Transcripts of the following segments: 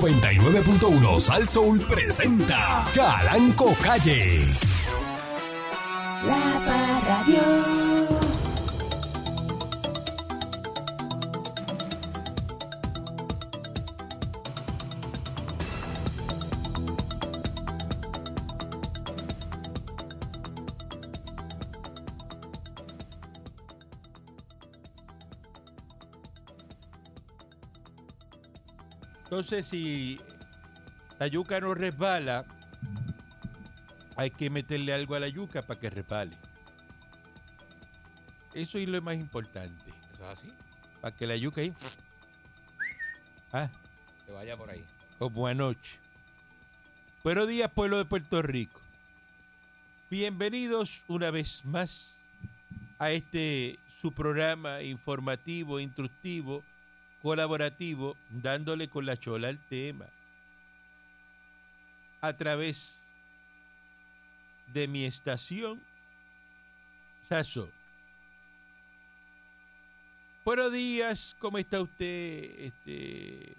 99.1 Sal Soul presenta Calanco Calle. La Parradio. Entonces, si la yuca no resbala, hay que meterle algo a la yuca para que resbale. Eso es lo más importante. Eso es así, Para que la yuca ahí. Ah, que vaya por ahí. como anoche. Buenos días, pueblo de Puerto Rico. Bienvenidos una vez más a este su programa informativo, instructivo, colaborativo, dándole con la chola al tema. A través de mi estación, Saso. Buenos días, ¿cómo está usted? Este,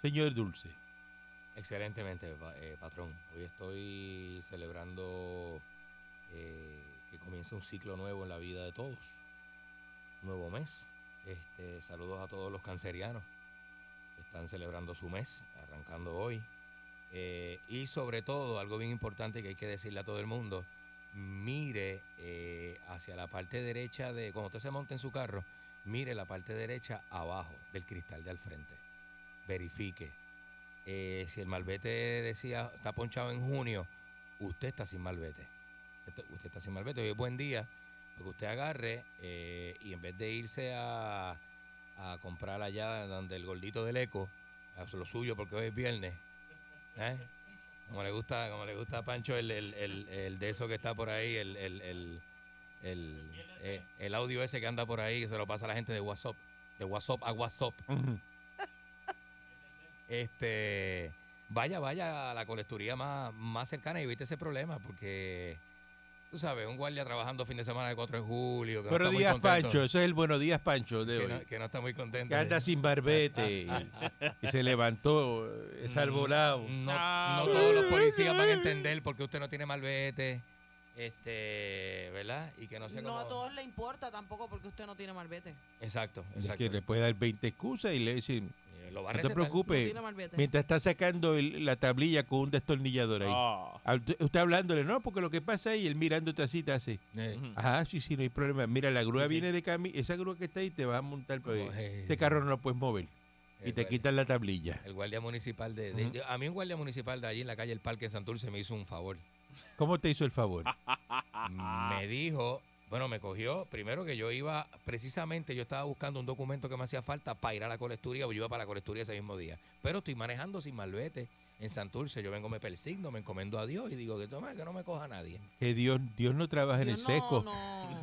Señor Dulce. Excelentemente, pa- eh, patrón. Hoy estoy celebrando eh, que comienza un ciclo nuevo en la vida de todos. Un nuevo mes. Este, saludos a todos los cancerianos que están celebrando su mes, arrancando hoy. Eh, y sobre todo, algo bien importante que hay que decirle a todo el mundo, mire eh, hacia la parte derecha de, cuando usted se monte en su carro, mire la parte derecha abajo del cristal de al frente. Verifique. Eh, si el malvete decía está ponchado en junio, usted está sin malvete. Usted, usted está sin malvete. Hoy es buen día para que usted agarre eh, y en vez de irse a, a comprar allá donde el gordito del eco, a lo suyo porque hoy es viernes. ¿eh? Como le gusta, como le gusta a Pancho el, el- el- el de eso que está por ahí, el, el- el- el- eh, el audio ese que anda por ahí, que se lo pasa a la gente de WhatsApp, de WhatsApp a WhatsApp. Este, vaya, vaya a la colecturía más, más cercana y evite ese problema, porque tú sabes, un guardia trabajando fin de semana de 4 de julio. Que Buenos no días, está muy contento, Pancho. Ese es el buenos días, Pancho, de Que hoy. no, que no está muy contento. que anda sin barbete y, y se levantó, es arbolado. Mm, Ah, No, no todos los policías van a entender porque usted no tiene malvete. Este, ¿verdad? Y que no sé No cómo- a todos le importa tampoco porque usted no tiene malvete. Exacto, Es exacto. que le puede dar 20 excusas y le dicen, Eh, Lo va a no te recetar. No preocupes, tiene malvete. mientras está sacando el- la tablilla con un destornillador ahí. Ah. A Usted usted hablándole, no, porque lo que pasa ahí, él mirándote así te hace. Eh, Ajá, sí, sí, no hay problema. Mira, la grúa Sí, sí. viene de camino, esa grúa que está ahí te va a montar. para Como, eh, este carro no lo puedes mover y el te guardia- quitan la tablilla. El guardia municipal de, de- de- A mí un guardia municipal de allí en la calle El Parque en Santurce me hizo un favor. ¿Cómo te hizo el favor? Ah. Me dijo, bueno, me cogió, primero que yo iba, precisamente yo estaba buscando un documento que me hacía falta para ir a la colecturía, o yo iba para la colecturía ese mismo día. Pero estoy manejando sin malvete en Santurce, yo vengo, me persigno, me encomiendo a Dios y digo que toma, que no me coja nadie. Que Dios, Dios no trabaja en el Yo, seco. No,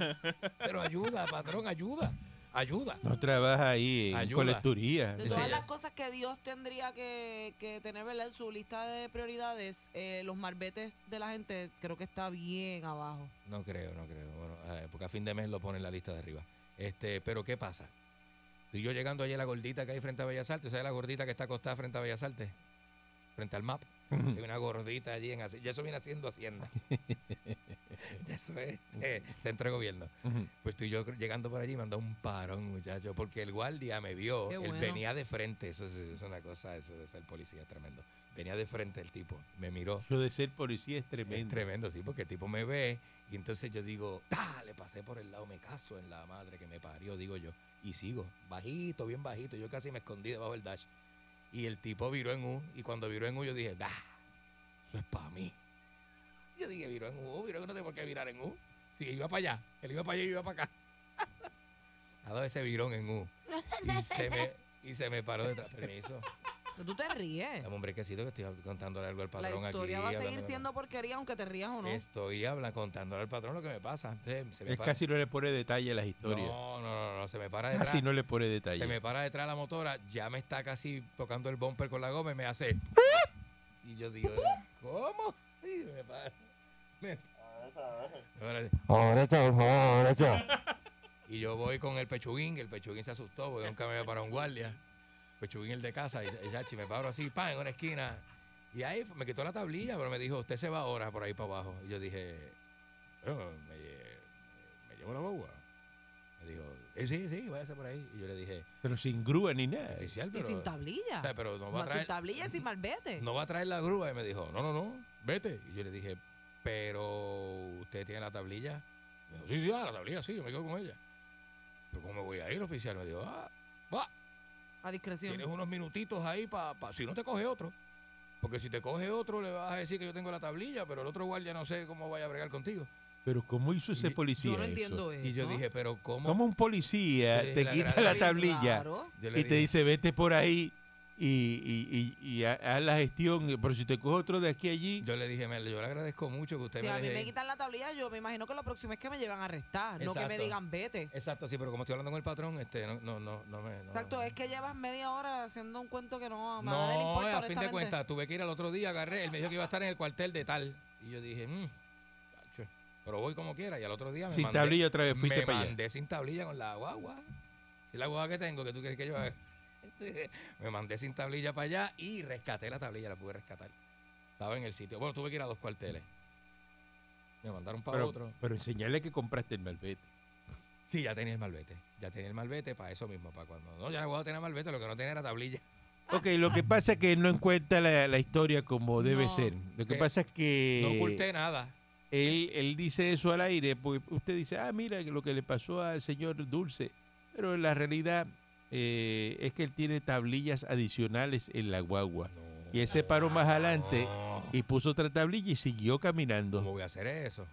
Pero ayuda, patrón, ayuda, ayuda. No trabaja ahí en Ayuda. colecturía. De Sí. todas las cosas que Dios tendría que, que tener ¿verdad? en su lista de prioridades, eh, los marbetes de la gente creo que está bien abajo. No creo, no creo. Bueno, eh, porque a fin de mes lo ponen en la lista de arriba. Este, pero ¿qué pasa? Estoy yo llegando allí a la gordita que hay frente a Bellas Artes, ¿sabes la gordita que está acostada frente a Bellas Artes? Frente al map. Hay una gordita allí en Hacienda. Eso viene haciendo Hacienda. Eso es eh, centro de gobierno. Ujú. Pues estoy yo cr- llegando por allí y me han dado un parón, muchacho, porque el guardia me vio. Qué él bueno. venía de frente. Eso es, es una cosa, eso es el policía es tremendo. Venía de frente el tipo. Me miró. Lo de ser policía es Es tremendo. tremendo, sí, porque el tipo me ve y entonces yo digo, ¡ah! Le pasé por el lado, me caso en la madre que me parió, digo yo. Y sigo, bajito, bien bajito. Yo casi me escondí debajo del dash. Y el tipo viró en U y cuando viró en U yo dije, ¡ah! Eso es para mí. Yo dije, viró en U, viró en U, no tengo por qué virar en U. Si iba para allá, él iba para allá y yo iba para acá. A dos ese virón en U. Y se me, y se me paró detrás. Permiso. O sea, Tú te ríes. Dame un brequecito que estoy contándole algo al La padrón aquí. historia va a seguir hablándole- siendo porquería aunque te rías o no. Estoy hablando, contándole al patrón lo que me pasa. Se, se me Es para- casi no le pone detalle a las historias. No, no, no, no, se me para detrás. Casi no le pone Se me detalle. para detrás la motora, ya me está casi tocando el bumper con la goma y me hace. Y yo digo, ¿cómo? Y me para. Me para. Ahora- Y yo voy con el pechuguín, que el pechuguín se asustó porque nunca me había parado un guardia. Pechuguín el de casa, y, y chachi, me paro así, pan, en una esquina. Y ahí f- me quitó la tablilla, pero me dijo, usted se va ahora por ahí para abajo. Y yo dije, "Bueno, me, lle- me llevo la boba. Me dijo, "Eh, sí, sí, váyase por ahí. Y yo le dije, Pero sin grúa ni nada. oficial, Y pero... sin tablilla. o sea, pero no va a Más sin traer... tablilla, y sin malvete. no va a traer la grúa. Y me dijo, no, no, no, vete. Y yo le dije, pero usted tiene la tablilla. Me dijo, sí, sí, ah, la tablilla, sí, yo me quedo con ella. Pero ¿cómo me voy a ir, oficial? Me dijo, ah, va, A discreción. tienes unos minutitos ahí para, si no te coge otro. Porque si te coge otro, le vas a decir que yo tengo la tablilla, pero el otro guardia no sé cómo vaya a bregar contigo. Pero ¿cómo hizo ese Yo no policía? Yo no eso? entiendo eso. Y yo dije, pero ¿cómo? ¿Cómo un policía Yo le te dije, la quita gran- la Sí, tablilla claro. Yo le y te dije, dice vete por ahí y, y- y- y ha- haz la gestión? Pero si te coge otro de aquí a allí, Yo le dije, "Mel, yo le agradezco mucho que usted Si me a mí deje me ir". quitan la tablilla, yo me imagino que lo próximo es que me llevan a arrestar, no que me Exacto. digan vete. Exacto, sí, pero como estoy hablando con el patrón, este, no, no, no, no me... no- Exacto, es que llevas media hora haciendo un cuento que no, a nadie le No, importa, a fin de honestamente. cuentas, tuve que ir al otro día, agarré, él me dijo que iba a estar en el cuartel de tal. Y yo dije, "Mm, chacho, pero voy como quiera. Y al otro día me sin mandé, tablilla otra vez fuiste me para allá. mandé sin tablilla con la guagua. Si la guagua que tengo, que tú quieres que yo haga. me mandé sin tablilla para allá y rescaté la tablilla, la pude rescatar. Estaba en el sitio. Bueno, tuve que ir a dos cuarteles. Me mandaron para otro. Pero, pero enseñarle que compraste el malvete. Sí, ya tenía el malvete. Ya tenía el malvete para eso mismo, para cuando. No, ya la guagua tenía malvete, lo que no tenía era tablilla. Ok, lo que pasa es que no encuentra la, la historia como debe No. ser. Lo que Que pasa es No que oculté nada. él, él dice eso al aire, porque usted dice, ah, mira lo que le pasó al señor Dulce. Pero la realidad eh, es que él tiene tablillas adicionales en la guagua. Y él se paró más adelante No. y puso otra tablilla y siguió ¿Cómo caminando. voy a hacer eso?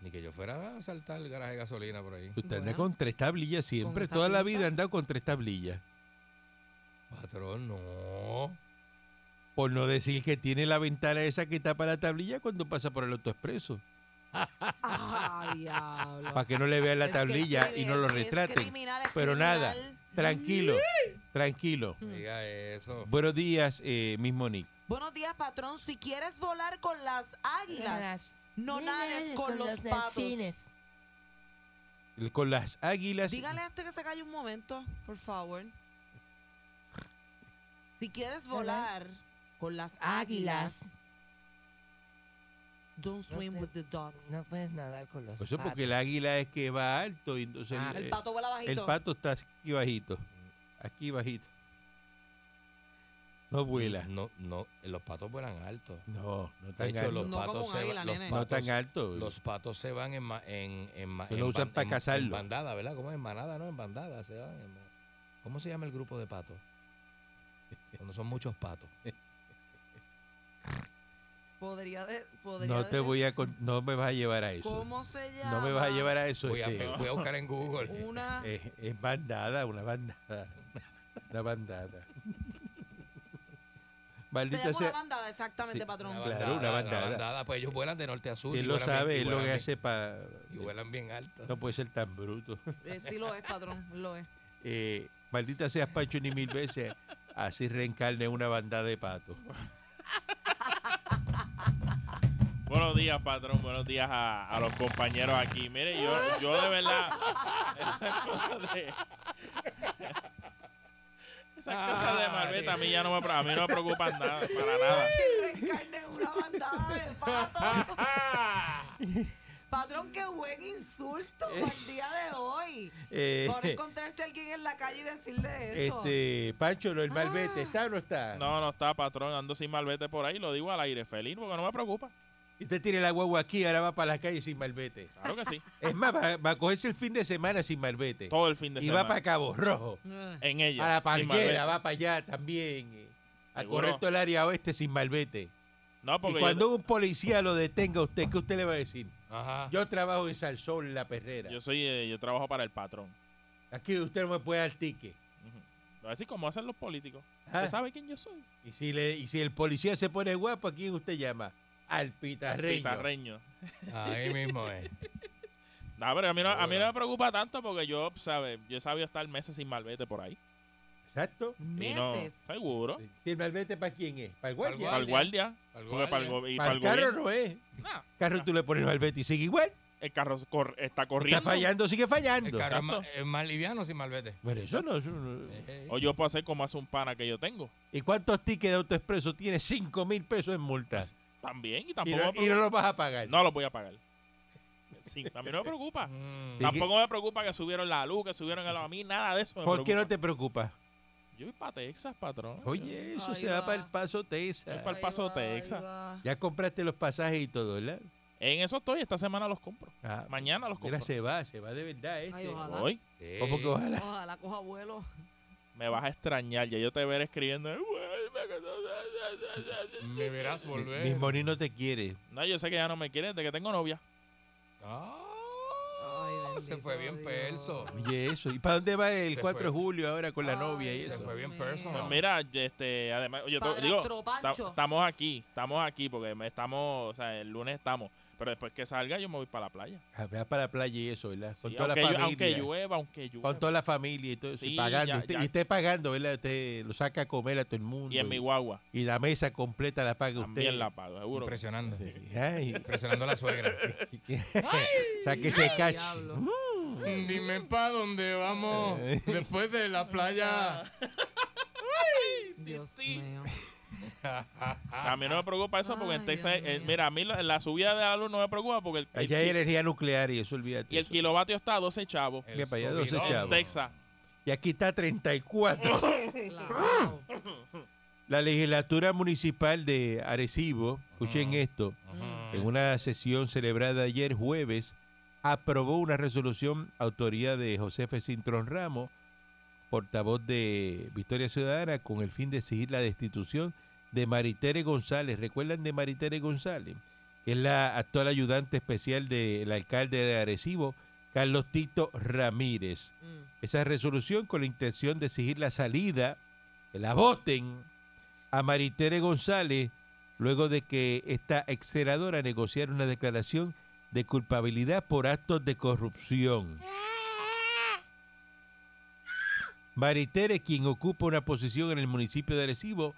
Ni que yo fuera a saltar el garaje de gasolina por ahí. Usted anda Bueno. con tres tablillas siempre. esa Toda la pinta. vida ha andado con tres tablillas. Patrón, no. Por no decir que tiene la ventana esa que tapa la tablilla cuando pasa por el autoexpreso. Ay, diablo. Para que no le vean la Es que el tablilla y no lo crimen es retraten. criminal, es Pero nada. criminal. Tranquilo, tranquilo. Mm. Diga eso. Buenos días, eh, Miss Monique. Buenos días, patrón. Si quieres volar con las águilas, no nades con los patos. El- Con las águilas. Dígale a este que se calle un momento, por favor. Si quieres volar con las águilas, don't swim with the dogs. No puedes nadar con los Pues Eso porque el águila es que va alto y entonces Ah, el, eh, El pato vuela bajito. el pato está aquí bajito. Aquí bajito. No vuela. No, no, los patos vuelan alto. No, no Mm, De tan hecho, los alto. No patos como un se águila, van. Los nene. No tan patos, alto. los patos se van en. ma- en, en ma- Se en lo usan ban- para en- cazarlo. En bandada, ¿verdad? ¿Cómo es? En manada, ¿no? En bandada se van. en ba- ¿Cómo se llama el grupo de patos? Cuando son muchos patos. Podría de- podría No te voy a decir- con- no me vas a llevar a eso. ¿Cómo se llama? No me vas a llevar a eso. Voy a, este, voy a buscar en Google. Una. eh, es bandada, una bandada. Una bandada. Se Maldita llama una sea. bandada, exactamente, Sí. patrón. Una Claro, bandada, una bandada. Pues ellos vuelan de norte a sur. Si y él lo vuelan bien- sabe, y es lo vuelan que bien- hace para. Y vuelan bien alto. No puede ser tan bruto. Eh, sí lo es, patrón, lo es. Eh, maldita seas, Pacho, ni mil veces. Así reencarne una bandada de patos. Buenos días, patrón. Buenos días a, a los compañeros aquí. Mire, yo, yo de verdad. Esas cosas de. Esas cosas de Marbeta a mí ya no me, pre- a mí no me preocupan nada, para nada. Reencarne una bandada de pato. Patrón, qué buen insulto para el día de hoy. Eh, Por encontrarse a alguien en la calle y decirle eso. este, Pancho, lo del malvete, Ah. ¿está o no está? No, no está, patrón. Ando sin malvete por ahí. Lo digo al aire feliz porque no me preocupa. Usted tiene la guagua aquí, ahora va para la calle sin malvete. Claro que sí. Es más, va, va a cogerse el fin de semana sin malvete. Todo el fin de Y semana. va para Cabo Rojo. Eh. En ella. A la sin malvete. parguera, va para allá también. eh, A Seguro. correr todo el área oeste sin malvete. No, Y porque. yo- cuando un policía lo detenga a usted, ¿qué usted le va a decir? Ajá. Yo trabajo en Salsón, en la perrera. Yo soy, eh, yo trabajo para el patrón. Aquí usted no me puede dar ticket. Ujú. Lo Así como hacen los políticos. Ah. ¿Usted sabe quién yo soy? Y si, le, y si el policía se pone guapo, ¿a quién usted llama? Al pitarreño. Pitarreño. Ahí mismo es. No, Ah, pero a mí no, a mí Seguro. no me preocupa tanto porque yo, ¿sabes? Yo he sabido estar meses sin malvete por ahí. Exacto. Y no- Meses. seguro. Si el malvete para quién es? Para el guardia. Para el guardia. Al Porque para el, guardia. go- y Para el para el carro gobierno. no es. No, Carro tú le pones el malvete y sigue igual. el carro cor- está corriendo. Está fallando, sigue El fallando. carro es Exacto. más, es más liviano sin malvete. Pero eso no, eso no- Eh, O yo puedo hacer como hace un pana que yo tengo. ¿Y cuántos tickets de autoexpreso tienes? 5 mil pesos en multa. También, y Y tampoco no, me y no preocupa. lo vas a pagar. No lo voy a pagar. Sí, a mí no me preocupa. mm, Sí. Tampoco me preocupa que subieron la luz, que subieron el... A mí nada de eso me ¿Por qué no preocupa. te preocupas? Yo voy para Texas, patrón. Oye, eso Ahí se va va. para el paso Texas. Es para el Paso Texas. Ya compraste los pasajes y todo, ¿verdad? En eso estoy, esta semana los compro. Ah, Mañana los compro. mira, se va, se va de verdad este. Ay, ojalá. Hoy sí. ¿Cómo que ojalá? Ojalá coja vuelo. me vas a extrañar, ya yo te veré escribiendo. "Ay, vuelve, que no-". Me verás Mi- volver. Mis Moni no te quiere. No, yo sé que ya no me quieres, de que tengo novia. Ah, Ay, se bendito fue bien Dios. perso. Oye, eso. ¿Y para dónde va el Se 4 de fue. julio ahora con la Ay, novia y se eso? fue bien mío. personal. Pues mira, este, además, yo te, digo, Padrastro ta- Pancho. estamos aquí, estamos aquí porque me- estamos, o sea, el lunes estamos, pero después que salga yo me voy para la playa. Ah, va para la playa y eso, ¿verdad? Con Sí, toda la aunque, llu- familia. aunque llueva, aunque llueva. con toda la familia y todo eso. Sí, y pagando. ya, Usted- ya. Y usted pagando, ¿verdad? Usted lo saca a comer a todo el mundo. y en mi guagua y la mesa completa la paga usted. también la pago, seguro. Impresionando. Sí, ay. Impresionando a la suegra. Saque ese Ay, cash. diablo. Dime pa' dónde vamos después de la playa. Dios Sí. mío. A mí no me preocupa eso porque en Ay, Texas, Dios eh, mío. mira, a mí la, la subida de la luz no me preocupa porque el, el Allá hay ki- energía nuclear y eso, olvídate. y el eso. kilovatio está a 12 chavos. El Mira pa' allá, doce subidón. chavos. Texas. Y aquí está 34. Clavado. la legislatura municipal de Arecibo, escuchen Ujú. esto, Ajá. Mm. en una sesión celebrada ayer jueves, aprobó una resolución autoría de José Fecintron Ramos, portavoz de Victoria Ciudadana, con el fin de exigir la destitución de Maritere González. ¿Recuerdan de Maritere González? Que es la actual ayudante especial del alcalde de Arecibo, Carlos Tito Ramírez. Mm. esa resolución con la intención de exigir la salida, que la voten a Maritere González, luego de que esta ex senadora negociara una declaración de culpabilidad por actos de corrupción. Maritere, quien ocupa una posición en el municipio de Arecibo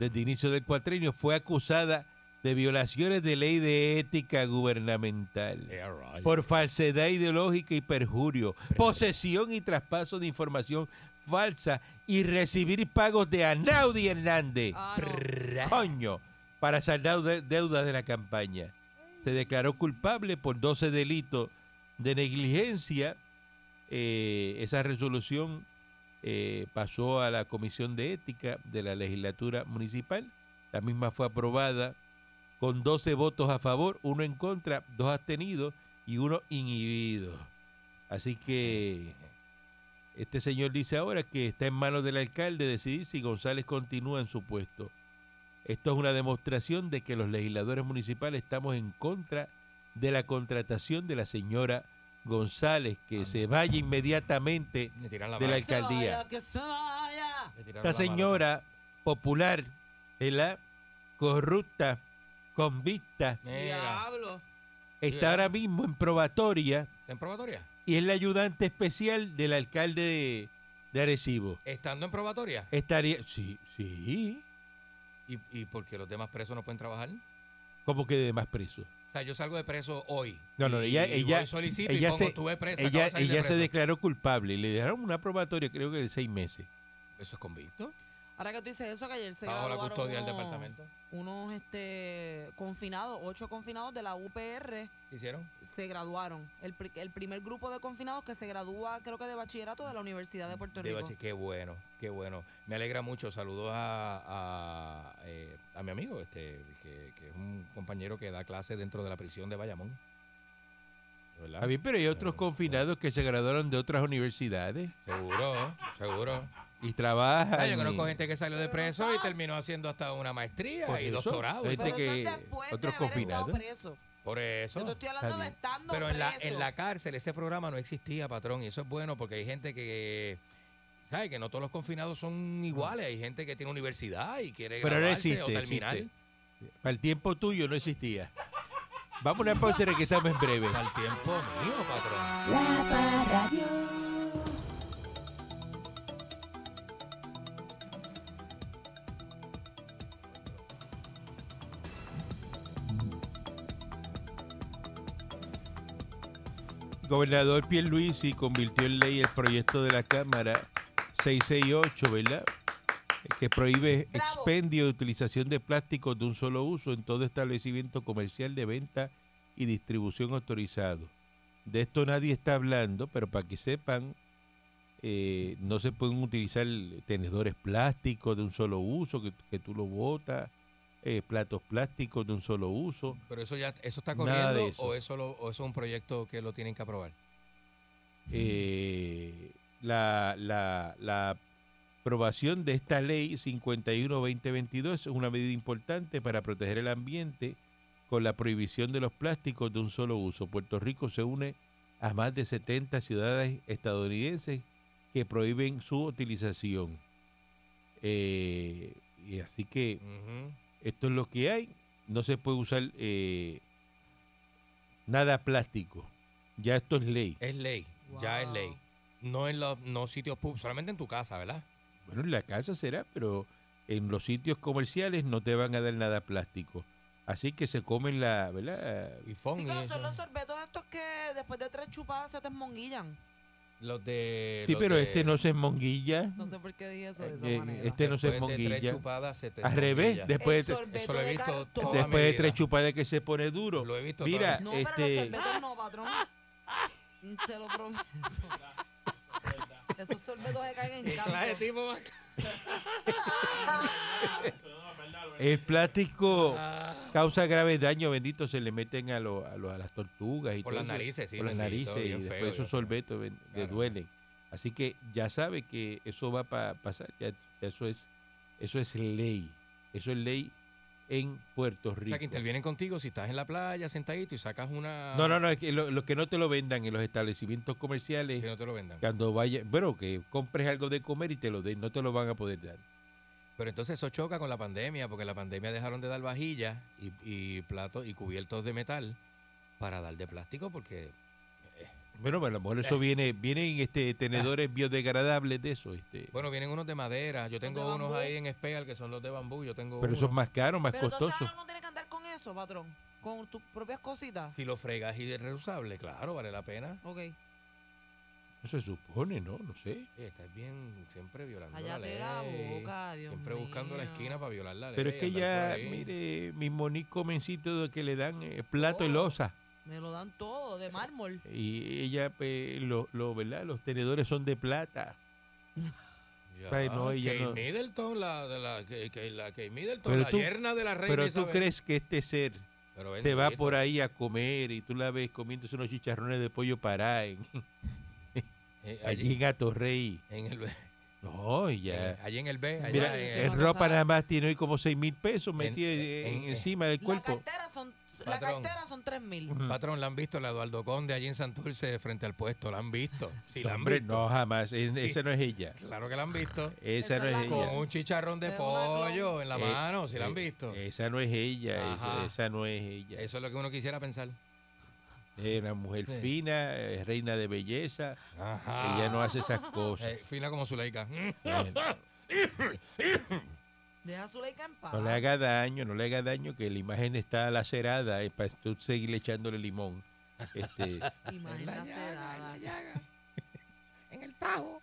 desde el inicio del cuatrenio, fue acusada de violaciones de ley de ética gubernamental Yeah, right. por falsedad ideológica y perjurio, posesión y traspaso de información falsa y recibir pagos de Anaudi Hernández. Ah, no. Coño, para saldar de- deudas de la campaña. Se declaró culpable por 12 delitos de negligencia. Eh, esa resolución eh, pasó a la Comisión de Ética de la Legislatura Municipal. La misma fue aprobada con 12 votos a favor, uno en contra, dos abstenidos y uno inhibido. Así que este señor dice ahora que está en manos del alcalde decidir si González continúa en su puesto. Esto es una demostración de que los legisladores municipales estamos en contra de la contratación de la señora González, que Anda. se vaya inmediatamente. Le tiran la de la mala. Que se alcaldía. vaya, Que se vaya. Le tiraron Esta la mala. señora popular, ¿verdad? Corrupta, convicta, Mira, Diablo. está ahora mismo en probatoria ¿está en probatoria? y es la ayudante especial del alcalde de, de Arecibo. Estando en probatoria. Eh. Estaría, sí, sí, ¿Y, ¿Y por qué los demás presos no pueden trabajar? O como que de más preso. sea, yo salgo de preso hoy. No, no, y- ella- y ella- voy, solicito ella y pongo, se- estuve presa, acabo Ella, de salir de ella se preso. declaró culpable y le dejaron una probatoria creo que de seis meses. ¿Eso es convicto? Ahora que tú dices eso, que ayer se Bajo la graduaron custodia del unos- departamento. unos este, confinados, ocho confinados de la UPR ¿Qué hicieron? se graduaron. El, pri- el primer grupo de confinados que se gradúa, creo que de bachillerato de la Universidad de Puerto Deba- Rico. Qué bueno, qué bueno. Me alegra mucho. Saludos a, a, eh, a mi amigo, este, que, que es un compañero que da clases dentro de la prisión de Bayamón. ¿Verdad? A mí, pero hay otros Claro, confinados que se graduaron de otras universidades Seguro, seguro. y trabajan. Ah, yo y- conozco gente que salió de preso y terminó haciendo hasta una maestría Por y eso, doctorado. gente- Pero eso es que después otros de haber estado confinados. preso. Por Yo eso. te estoy hablando está de bien. estando Pero en la, preso. en la cárcel ese programa no existía, patrón, y eso es bueno porque hay gente que, ¿sabes? Que no todos los confinados son iguales. Hay gente que tiene universidad y quiere Pero ahora graduarse existe, o terminar. existe. Para el tiempo tuyo no existía. Vamos a una pausa y regresamos en breve. Al tiempo mío, patrón. La Parradio. gobernador Pierluisi convirtió en ley el proyecto de la Cámara 668, ¿verdad? Que prohíbe Bravo. expendio y utilización de plásticos de un solo uso en todo establecimiento comercial de venta y distribución autorizado. De esto nadie está hablando, pero para que sepan, eh, no se pueden utilizar tenedores plásticos de un solo uso, que, que tú lo botas, eh, platos plásticos de un solo uso. Pero eso ya, eso está Nada corriendo de eso. o eso lo- o eso es un proyecto que lo tienen que aprobar. eh, la, la, la aprobación de esta ley 51-2022 es una medida importante para proteger el ambiente con la prohibición de los plásticos de un solo uso. Puerto Rico se une a más de 70 ciudades estadounidenses que prohíben su utilización. Eh, y así que Ujú. esto es lo que hay. No se puede usar eh, nada plástico. Ya esto es ley. Es ley, ya es ley. No en los no sitios públicos, solamente en tu casa, ¿verdad? Bueno, en la casa será, pero en los sitios comerciales no te van a dar nada plástico. Así que se comen la, ¿verdad? Y fon Sí, y pero eso. son los sorbetos estos que después de tres chupadas se te esmonguillan. Los de Sí, los pero de- este no se enmonguilla. No sé por qué dije eso de esa Eh, manera. este pues, no se después de tres monguilla. chupadas se te Al revés, monguilla. El después de, tre- sorbeto eso lo he de visto cartón. toda después de mi tres vida. chupadas que se pone duro. Lo he visto Mira, toda- No, pero este, los sorbetos no, patrón. Se lo prometo. Esos sorbetos se caen en canto. el plástico Ah. causa graves daños, bendito, se le meten a, lo- a, lo- a las tortugas y Por todo las eso. narices, sí, Por las bendito, narices y bien después feo, esos bien feo. sorbetos ven- le Claro. duelen. Así que ya sabe que eso va a pasar, ya- ya eso es eso es ley. Eso es ley en Puerto O Rico. sea, que intervienen contigo si estás en la playa sentadito y sacas una No, no, no, es que lo, lo que no te lo vendan en los establecimientos que comerciales no te lo vendan. cuando vaya, bueno, que compres algo de comer y te lo den, no te lo van a poder dar. Pero entonces eso choca con la pandemia, porque en la pandemia dejaron de dar vajillas y, y platos y cubiertos de metal para dar de plástico, porque Bueno, a lo mejor Eh. eso viene vienen este tenedores biodegradables de eso, este. bueno, vienen unos de madera, yo de tengo unos bambú. ahí en Speal que son los de bambú, yo tengo Pero eso es unos. más caro, más Pero entonces costoso. ahora no tiene que andar con eso, patrón. Con tus propias cositas. si lo fregas y es reusable, claro, vale la pena. Ok. No se supone, ¿no? No sé. Oye, estás bien siempre violando la Cállate ley. la boca, Dios siempre buscando la mío. esquina para violar la ley. Pero es que andar ya, por ahí. mire, mis monitos comencitos de que le dan eh, plato y Oh. losa. Me lo dan todo, de eh, mármol. Y ella, pues, lo, lo, ¿verdad? Los tenedores son de plata. Ya, Ay, Pues, no, Kate ella no- Middleton, la, de la, que- que- la Kate Middleton, Pero la tú- yerna de la reina Pero tú Isabel. crees que este ser Pero se va bendito. por ahí a comer y tú la ves comiéndose unos chicharrones de pollo pará en, Eh, allí en Gatorrey. En el, No, en- ya. allí en el B. Eh, Allá Mira, en- eh, se en va a ropa casar. nada más tiene hoy como seis mil pesos metida en- eh, en- en- encima del La cuerpo. cartera son, la Patrón. cartera son 3 mil. Ujú. Patrón, la han visto la Eduardo Conde allí en Santurce frente al puesto, la han visto. Sí, la han Hombre, visto. no, jamás. Es- Esa no es ella. Claro que la han visto. Esa Esa no es es la Con ella. cosa. un chicharrón de Es una clon. pollo en la Eh, mano, si la han eh, visto. Esa no es ella, esa, Ajá. esa no es ella. Eso es lo que uno quisiera pensar. Es una mujer Sí. fina, es reina de belleza. Ajá. Ella no hace esas cosas. Eh, fina como Zuleika. Mm. Bueno, Deja su ley en paz. no le haga daño, no le haga daño, que la imagen está lacerada eh, para tú seguirle echándole limón. Este, Imagen lacerada. En el tajo.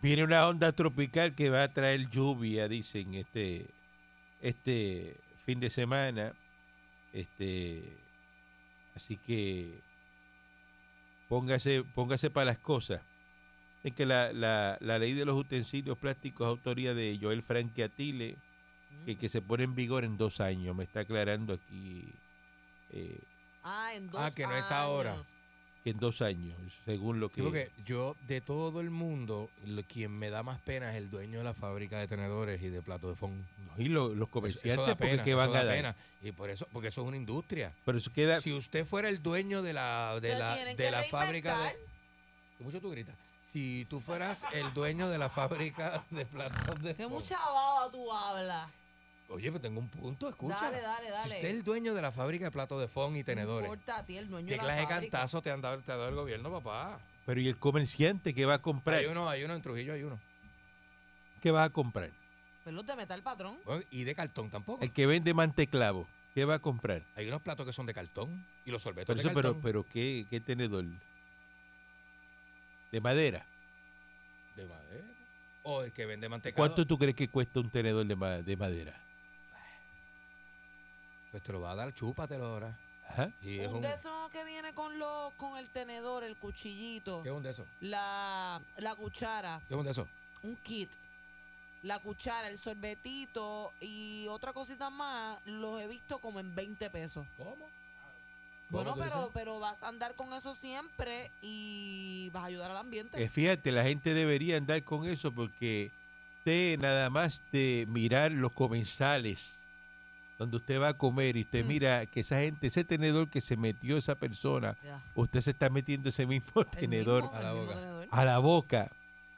viene una onda tropical que va a traer lluvia, dicen, este, este fin de semana. Este, así que póngase, póngase para las cosas. Es que la, la- la ley de los utensilios plásticos, autoría de Joel Franque Atile, Mm. que, que se pone en vigor en dos años, me está aclarando aquí eh, Ah, en dos Ah, que no es ahora. años. que en dos años, según lo que... Sí, porque yo, de todo el mundo, lo- quien me da más pena es el dueño de la fábrica de tenedores y de platos de fondo. No, y lo- los comerciantes, da porque pena, ¿qué eso van da a dar? pena. Y por eso, porque eso es una industria. Pero eso queda... Si usted fuera el dueño de la, de Se la, tienen de que la fábrica de. reinventar. ¿Qué mucho tú gritas? Si tú fueras el dueño de la fábrica de platos de Qué fondo. mucha baba tú hablas. Oye, pero tengo un punto, escucha. Dale, dale, Si dale. usted es el dueño de la fábrica de platos de fondo y No tenedores, importa a ti, el dueño ¿qué de la clase de fábrica. cantazo te, han dado, te ha dado el gobierno, papá? Pero ¿y el comerciante que va a comprar? Hay uno, hay uno en Trujillo, hay uno. ¿Qué va a comprar? Pero Pues los de metal, patrón. Bueno, Y de cartón tampoco. El que vende manteclavo. ¿Qué va a comprar? Hay unos platos que son de cartón y los sorbetos Por eso, de pero, pues, cartón pero ¿qué, qué tenedor? De madera. de madera. O el que vende mantecado. ¿Cuánto tú crees que cuesta un tenedor de, ma- de madera? Pues te lo va a dar, chúpatelo ahora. Ajá. Y es Un, un, de esos que viene con los, con el tenedor, el cuchillito, ¿Qué es un de esos? la, la cuchara, ¿Qué es un de esos? un kit, la cuchara, el sorbetito y otra cosita más, los he visto como en 20 pesos. ¿Cómo? Bueno, tú pero, dices? pero vas a andar con eso siempre y vas a ayudar al ambiente. Eh, fíjate, la gente debería andar con eso porque usted nada más de mirar los comensales donde usted va a comer y usted Mm. mira que esa gente, ese tenedor que se metió esa persona, Ya. usted se está metiendo ese mismo El tenedor mismo- a la el mismo boca. tenedor. a la boca.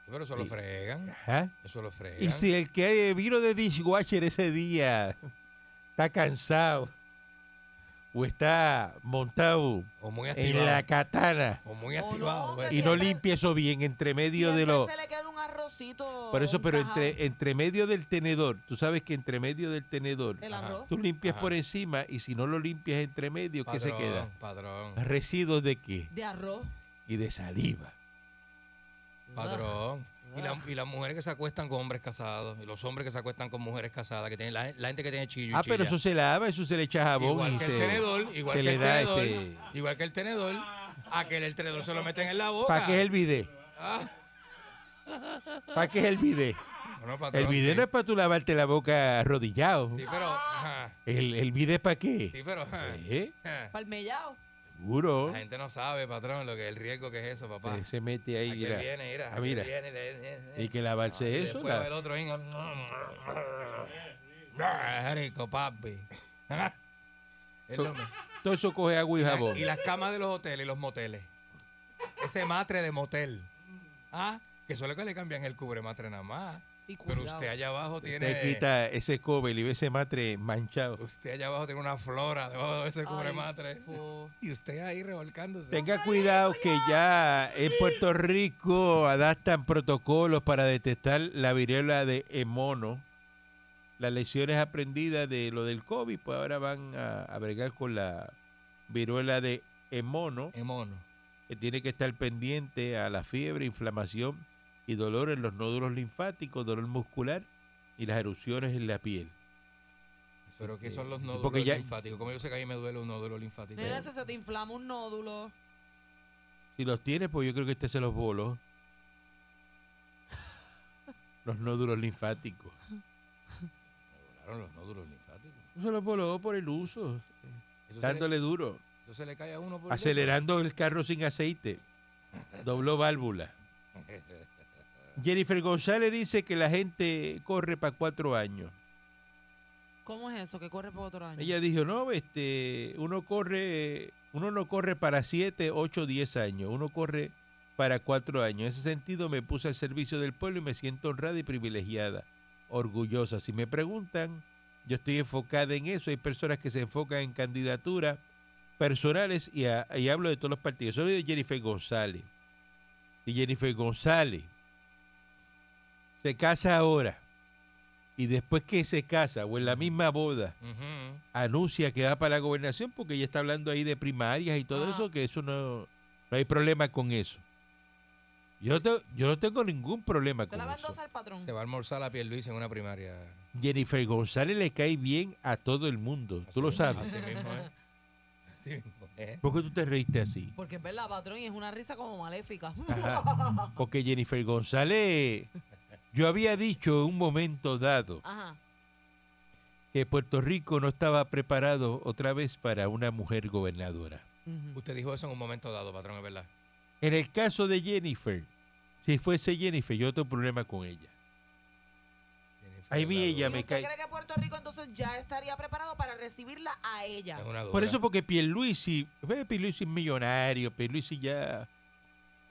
Pero eso lo Sí. fregan. Ajá. Eso lo fregan. Y si el que eh, vino de dishwasher ese día está cansado o está montado O muy en activado. la katana O muy O no, activado. pues. que ¿ves? y no Siempre- limpia eso bien entre medio de Siempre los... se le queda un arrocito. Por eso, un pero cajado. este, entre, entre medio del tenedor, tú sabes que entre medio del tenedor, El Ajá. arroz. tú limpias Ajá. por encima y si no lo limpias entre medio, ¿qué se Padrón, queda? Padrón, Residuos de qué? De arroz. Y de saliva. padrón. Y, la- Ugh. y las mujeres que se acuestan con hombres casados. Y los hombres que se acuestan con mujeres casadas. que tienen La, la gente que tiene chillo y Ah, pero chilla. eso se lava, eso se le echa jabón igual y que se, el tenedor. Igual se que le el da tenedor. este... Igual que el tenedor. A que el tenedor se lo meten en la boca. ¿Para qué es el bidet? Ah, ¿Para qué es el bidet? bueno, El padrón, bidet sí. no es para tú lavarte la boca arrodillado. Sí, pero. ajá. El, el bidet para qué? Sí, pero. ajá. ¿Eh? Ajá. Palmellao. Seguro. La gente no sabe, patrón, lo que el riesgo que es eso, papá. Eh, Se mete ahí, Aquí mira. viene, mira. Ah, aquí mira. viene, le- le- Ah, Hay que lavarse Y eso. después la- va el otro inga. Ah, rico, papi. Ah, es lo mismo. Todo eso coge agua y jabón. Y las camas de los hoteles y los moteles. Ese matre de motel. Ah, que solo que le cambian el cubre matre nada más. Y Pero cuidado. usted allá abajo tiene. Te quita ese cobre y ve ese matre manchado. Usted allá abajo tiene una flora debajo de ese Ay, cubre matre. fo. Y usted ahí revolcándose. Tenga cuidado que ya en Puerto Rico adaptan protocolos para detectar la viruela de eh, mono. Las lecciones aprendidas de lo del COVID, pues ahora van a, a bregar con la viruela de eh, mono. Es mono. que tiene que estar pendiente a la fiebre, inflamación y dolor en los nódulos linfáticos, dolor muscular y las erupciones en la piel. Pero que que- son los sí, nódulos porque ya- linfáticos. Como yo sé que ahí me duele un nódulo linfático. Nena, si se te inflama un nódulo. Si los tiene, pues yo creo que este se los voló. Los nódulos linfáticos. Claro, los nódulos linfáticos. No Se los voló por el uso, Eso se le- dándole duro, Eso se le cae a uno por acelerando el carro sin aceite. Dobló válvula. Jennifer González dice que la gente corre para cuatro años. ¿Cómo es eso? Que corre por otro año. Ella dijo, no, este, uno corre, uno no corre para 7, 8, 10 años, uno corre para 4 años. En ese sentido me puse al servicio del pueblo y me siento honrada y privilegiada, orgullosa. Si me preguntan, yo estoy enfocada en eso. Hay personas que se enfocan en candidaturas personales y, a- y hablo de todos los partidos. Solo de Jennifer González. Y Jennifer González se casa ahora y después que se casa o en la misma boda Ujú. anuncia que va para la gobernación porque ella está hablando ahí de primarias y todo Ah. eso, que eso no, no hay problema con eso. Yo no, tengo, yo no tengo ningún problema Te con la va a eso. endosar el patrón. Se va a almorzar la piel Luis en una primaria. Jennifer González le cae bien a todo el mundo, Así tú lo mismo- sabes. Así mismo, ¿eh? Así mismo, ¿eh? ¿Por qué tú te reíste así? Porque es verdad, patrón, y es una risa como maléfica. Ajá. Porque Jennifer González, yo había dicho en un momento dado Ajá. que Puerto Rico no estaba preparado otra vez para una mujer gobernadora. Ujú. Usted dijo eso en un momento dado, patrón, es verdad. En el caso de Jennifer, si fuese Jennifer, yo tengo problema con ella. Ay, mi ella ¿Y me usted cae- cree que Puerto Rico entonces ya estaría preparado para recibirla a ella? Es una dura. Por eso, porque Pierluisi, ve, Pierluisi es millonario, Pierluisi ya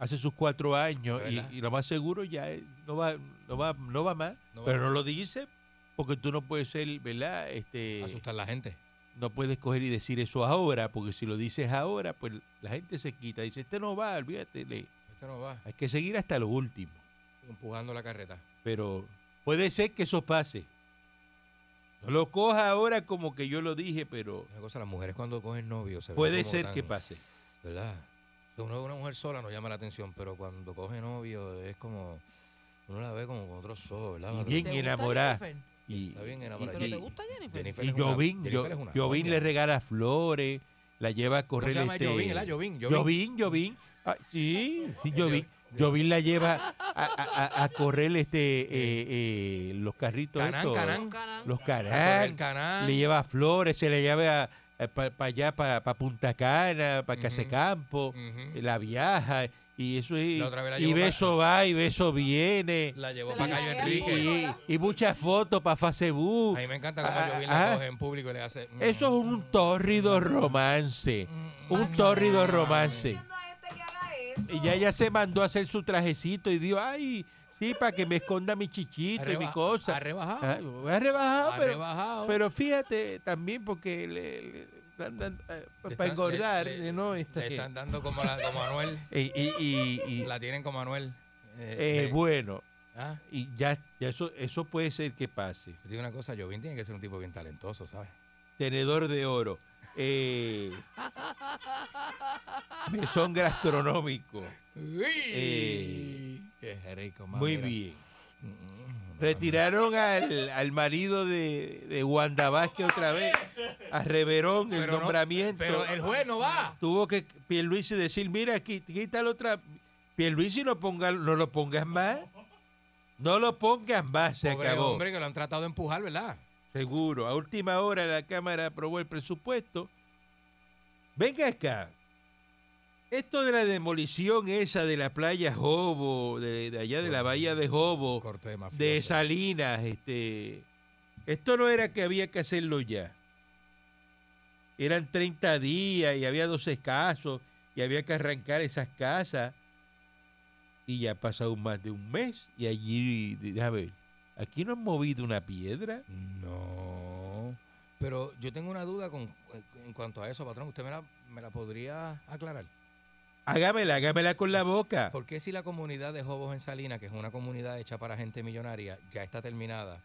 hace sus cuatro años y, ¿Verdad? y lo más seguro ya es- no va, no va, no va más, No va pero más. no lo dice porque tú no puedes ser, ¿verdad? Este, asustar a la gente. no puedes coger y decir eso ahora, porque si lo dices ahora, pues la gente se quita, dice, este no va, olvídate, le- Esto no va. hay que seguir hasta lo último, Empujando la carreta. pero puede ser que eso pase. No lo coja ahora como que yo lo dije, pero Una cosa, las mujeres cuando cogen novio se ven puede como ser tan- que pase. ¿Verdad? Uno, una mujer sola no llama la atención, pero cuando coge novio es como. Uno la ve como con otros ojos, ¿verdad? Y Patrón? bien gusta enamorada. Jennifer? Y, Está bien y- enamorada. ¿Pero y- te gusta Jennifer? Jennifer y es una- Jovín, Jennifer Jo- es una Jovín joya. le regala flores, la lleva a ¿Cómo correr. se llama este, Jovín, ¿verdad? Jovín, Jovín. Jovín, Jovín. Ah, sí, sí, Eh, Jovín. Jovín. Jovín la lleva a, a- a- a correr este, eh, eh, los carritos. Canán, estos, Canán. Canán. Los El carán. canal. Le lleva flores, se le lleva para allá, para Punta Cana, para Ujú. Casecampo. Ujú. La viaja. Y eso es. La otra vez la Y llevó pa- beso va y beso viene. La llevó Se para la Cayo llevé al Enrique. público. Y, y muchas fotos para Facebook. A mí me encanta cómo Ah, Jovín ah. la coge en público y le hace. mm, Eso es un tórrido romance. Un tórrido romance. Diciendo a este que haga eso. Y ya ella se mandó a hacer su trajecito y dijo, ay, sí, para que me esconda mi chichito y mi cosa. Ha rebajado. Ah, ha rebajado, ha pero, rebajado. pero fíjate también porque le, Le para están- engordar, le- le- ¿no? Este, Le están dando como, la, como Anuel. eh, y, y- y- La tienen como Anuel. Eh, eh, eh, bueno, ah, y ya, ya eso, eso puede ser que pase. Yo te digo una cosa, Jovín tiene que ser un tipo bien talentoso, ¿sabes? Tenedor de oro. Eh, mesón gastronómico. Eh, Qué rico, mami, Muy mira. bien. Mm, Retiraron al, al marido de, de Wanda Vázquez otra vez, a Reverón, el Pero no- nombramiento. Pero el juez no va. Tuvo que Pierluisi decir, mira, qui- quítalo otra... Pierluisi no, ponga, no lo pongas más. No lo pongas más, se Pobre acabó. hombre que lo han tratado de empujar, ¿verdad? Seguro. A última hora la Cámara aprobó el presupuesto. Venga acá. Esto de la demolición esa de la playa Jobo, de, de allá de la bahía de Jobo, Corte de mafioso. de Salinas, este, esto no era que había que hacerlo ya. Eran 30 días y había 12 casos y había que arrancar esas casas. Y ya ha pasado más de un mes y allí, a ver, aquí no han movido una piedra. No. Pero yo tengo una duda con, en cuanto a eso, patrón. ¿Usted me la, me la podría aclarar? Hágamela, hágamela con la boca. ¿Por qué si la comunidad de Jobos en Salinas, que es una comunidad hecha para gente millonaria, ya está terminada,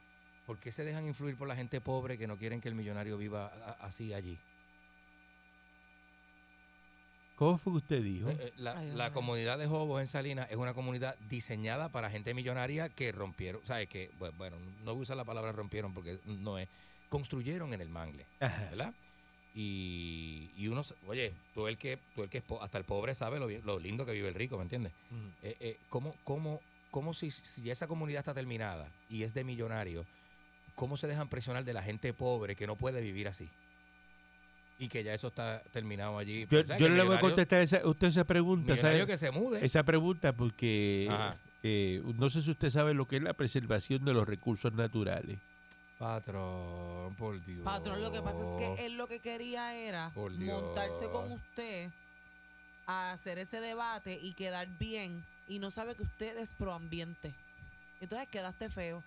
¿por qué se dejan influir por la gente pobre que no quieren que el millonario viva a- así allí? ¿Cómo fue que usted dijo? Eh, eh, La, Ay, la ay. comunidad de Jobos en Salinas es una comunidad diseñada para gente millonaria que rompieron, ¿sabes? Que, bu- bueno, no voy a usar la palabra rompieron porque no es. Construyeron en el mangle, Ajá. ¿verdad? Y, y uno, se- oye, tú el que, tú el que es po- hasta el pobre sabe lo, bien- lo lindo que vive el rico, ¿me entiendes? Mm. Eh, eh, ¿Cómo, cómo, cómo si, si esa comunidad está terminada y es de millonarios, cómo se dejan presionar de la gente pobre que no puede vivir así? Y que ya eso está terminado allí. Yo, O sea, yo que no le voy a millonario- contestar esa, usted esa pregunta, millonario ¿sabe? que se mude. Esa pregunta porque Ajá. eh, no sé si usted sabe lo que es la preservación de los recursos naturales. Patrón, por Dios. Patrón, lo que pasa es que él lo que quería era Por Dios. montarse con usted a hacer ese debate y quedar bien. Y no sabe que usted es proambiente. Entonces quedaste feo.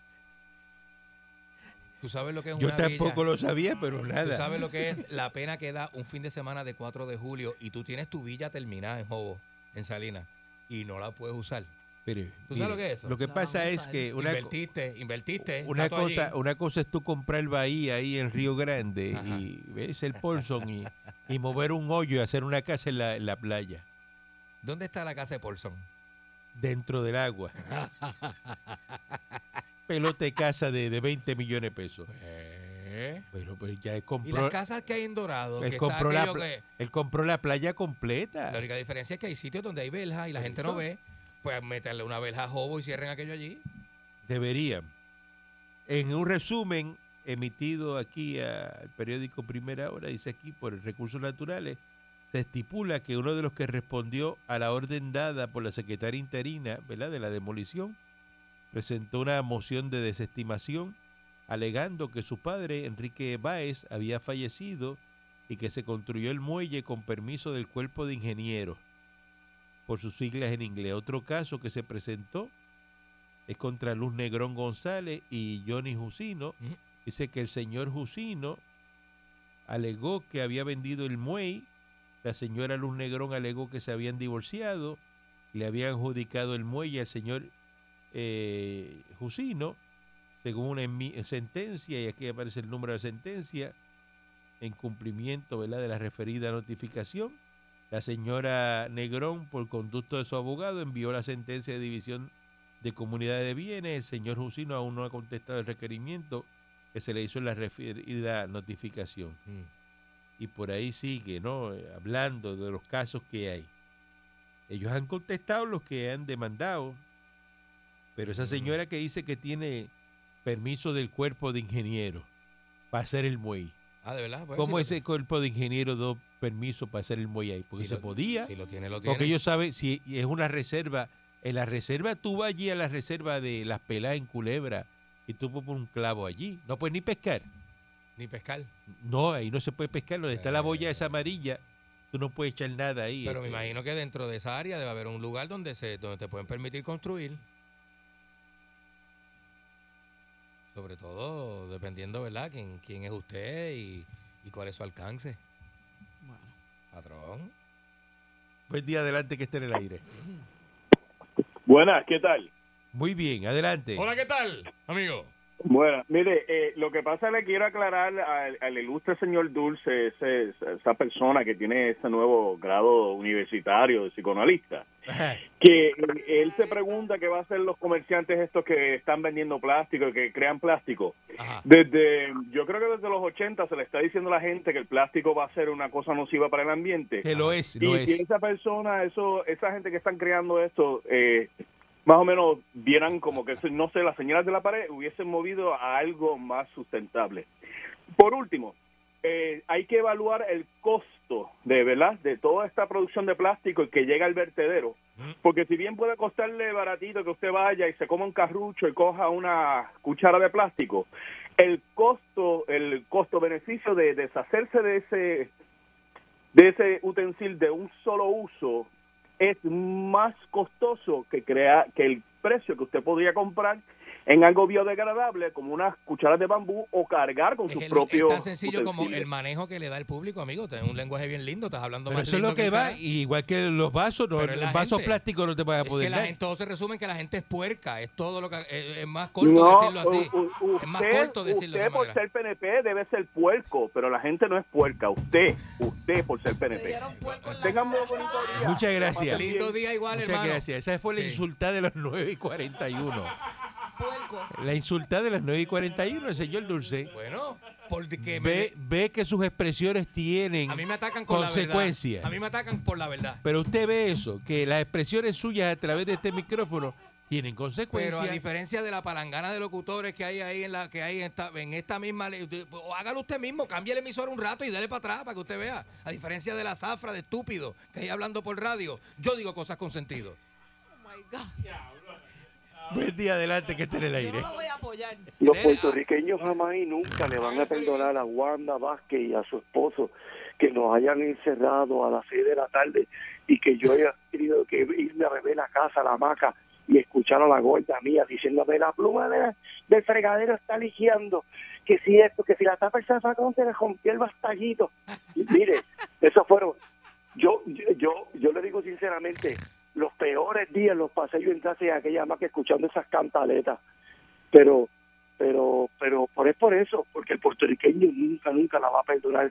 Tú sabes lo que es Yo una tampoco villa? lo sabía, pero Tú nada. sabes lo que es la pena que da un fin de semana de 4 de julio y tú tienes tu villa terminada en Jobo, en Salinas, y no la puedes usar. Pero, ¿Tú mire, sabes lo que es eso? Lo que La pasa vamos a es usar. que Eh, una, co- invertiste, invertiste. una está todo allí. cosa, una cosa es tú comprar Bahía ahí en Río Grande Ajá. y ves el Polson y, y mover un hoyo y hacer una casa en la, en la playa, ¿Dónde está la casa de Paulson? dentro del agua. Pelote casa de, de 20 millones de pesos. Pero pues ya él Y compró, las casas que hay en Dorado, él que está compró la aquello pla- que- él compró la playa completa. La única diferencia es que hay sitios donde hay verjas y la gente no ve, pues métanle una verja a Jobo y cierren aquello allí. Deberían. En un resumen emitido aquí a- al periódico Primera Hora, dice aquí por Recursos Naturales, se estipula que uno de los que respondió a la orden dada por la secretaria interina ¿verdad? de la demolición presentó una moción de desestimación alegando que su padre, Enrique Báez, había fallecido y que se construyó el muelle con permiso del cuerpo de ingenieros, por sus siglas en inglés. Otro caso que se presentó es contra Luz Negrón González y Johnny Jusino. Ujú. Dice que el señor Jusino alegó que había vendido el muelle, la señora Luz Negrón alegó que se habían divorciado, le habían adjudicado el muelle al señor eh, Jusino, según una enmi- sentencia, y aquí aparece el número de sentencia, en cumplimiento ¿verdad? de la referida notificación, la señora Negrón, por conducto de su abogado, envió la sentencia de división de comunidad de bienes. El señor Jusino aún no ha contestado el requerimiento que se le hizo en la referida notificación. Mm. Y por ahí sigue, ¿no? Eh, Hablando de los casos que hay. Ellos han contestado los que han demandado, pero esa Mm. señora que dice que tiene permiso del cuerpo de ingeniero para hacer el muelle. Ah, de verdad. Pues, ¿Cómo si lo ese tiene- cuerpo de ingeniero dio permiso para hacer el muelle ahí? Porque si se lo- podía. Si lo tiene, lo tiene. Porque ellos saben si es una reserva. En la reserva, tú vas allí a la reserva de las peladas en Culebra y tú pones un clavo allí. No puedes ni pescar. Ni pescar. No, ahí no se puede pescar. Donde está la boya esa Eh. amarilla, tú no puedes echar nada ahí. Pero me este. imagino que dentro de esa área debe haber un lugar donde se donde te pueden permitir construir. Sobre todo dependiendo, ¿verdad? Quién, quién es usted y, y cuál es su alcance. Bueno. Patrón. Buen día, adelante que esté en el aire. Buenas, ¿qué tal? Muy bien, adelante. ¿qué tal, amigo? Buenas, mire, eh, lo que pasa le quiero aclarar al, al ilustre señor Dulce, ese- esa persona que tiene ese nuevo grado universitario de psicoanalista, Ajá. que él se pregunta qué va a hacer los comerciantes estos que están vendiendo plástico y que crean plástico. Ajá. Desde, yo creo que desde los 80 se le está diciendo a la gente que el plástico va a ser una cosa nociva para el ambiente. Que lo es, lo Y si es. esa persona, eso, esa gente que están creando esto, eh, más o menos vieran como que, no sé, las señales de la pared hubiesen movido a algo más sustentable. Por último, eh, hay que evaluar el costo de, ¿verdad? de toda esta producción de plástico que llega al vertedero. Porque si bien puede costarle baratito que usted vaya y se coma un carrucho y coja una cuchara de plástico, el costo, el costo-beneficio de deshacerse de ese de ese utensil de un solo uso es más costoso que crea que el precio que usted podría comprar en algo biodegradable como unas cucharas de bambú o cargar con Es, sus el- es propios tan sencillo como utensilios. el manejo que le da el público, amigo. Tienes un lenguaje bien lindo, estás hablando Pero más eso es lo lindo que el va. carajo. y igual que los vasos, no, Pero es la los vasos gente. plásticos no te van a Es que poder la dar. gente, todo se resume en que la gente es puerca. Es todo lo que. Es, es más corto No, decirlo así. u- u- Es más usted- corto decirlo de usted esa por manera. ser PNP debe ser puerco, pero la gente no es puerca. Usted, usted por ser PNP. Tengan muy bonito día. Muchas gracias. Feliz- Lindo día igual, Muchas hermano. gracias. Esa fue la Sí. insultada de las 9 y 41. Ah. La insultada de las 9 y 41, el señor Dulce. Bueno, porque me- Ve, ve que sus expresiones tienen. a mí me atacan con la consecuencias. verdad. A mí me atacan por la verdad. Pero usted ve eso, que las expresiones suyas a través de este micrófono tienen Pero a consecuencias. diferencia de la palangana de locutores que hay ahí en la que hay en esta, en esta misma, le- de- o hágalo usted mismo, cambie el emisor un rato y dale para atrás para que usted vea. A diferencia de la zafra de estúpidos que hay hablando por radio, yo digo cosas con sentido. Oh Buen día adelante que esté en el Yo no aire. lo voy a apoyar. Los Nena. puertorriqueños jamás y nunca le van a perdonar a Wanda Vázquez y a su esposo que nos hayan encerrado a las seis de la tarde y que yo haya tenido que irme a beber a casa, a la hamaca, y escuchar a la gorda mía diciéndome la pluma de la- del fregadero está ligiando, que si esto, que si la tapa del zafacón se le rompió el bastallito. Y mire, esos fueron, yo, yo, yo, yo le digo sinceramente, los peores días los pasé yo en casa en aquella hamaca escuchando esas cantaletas, pero pero pero por es por eso, porque el puertorriqueño nunca, nunca la va a perdonar,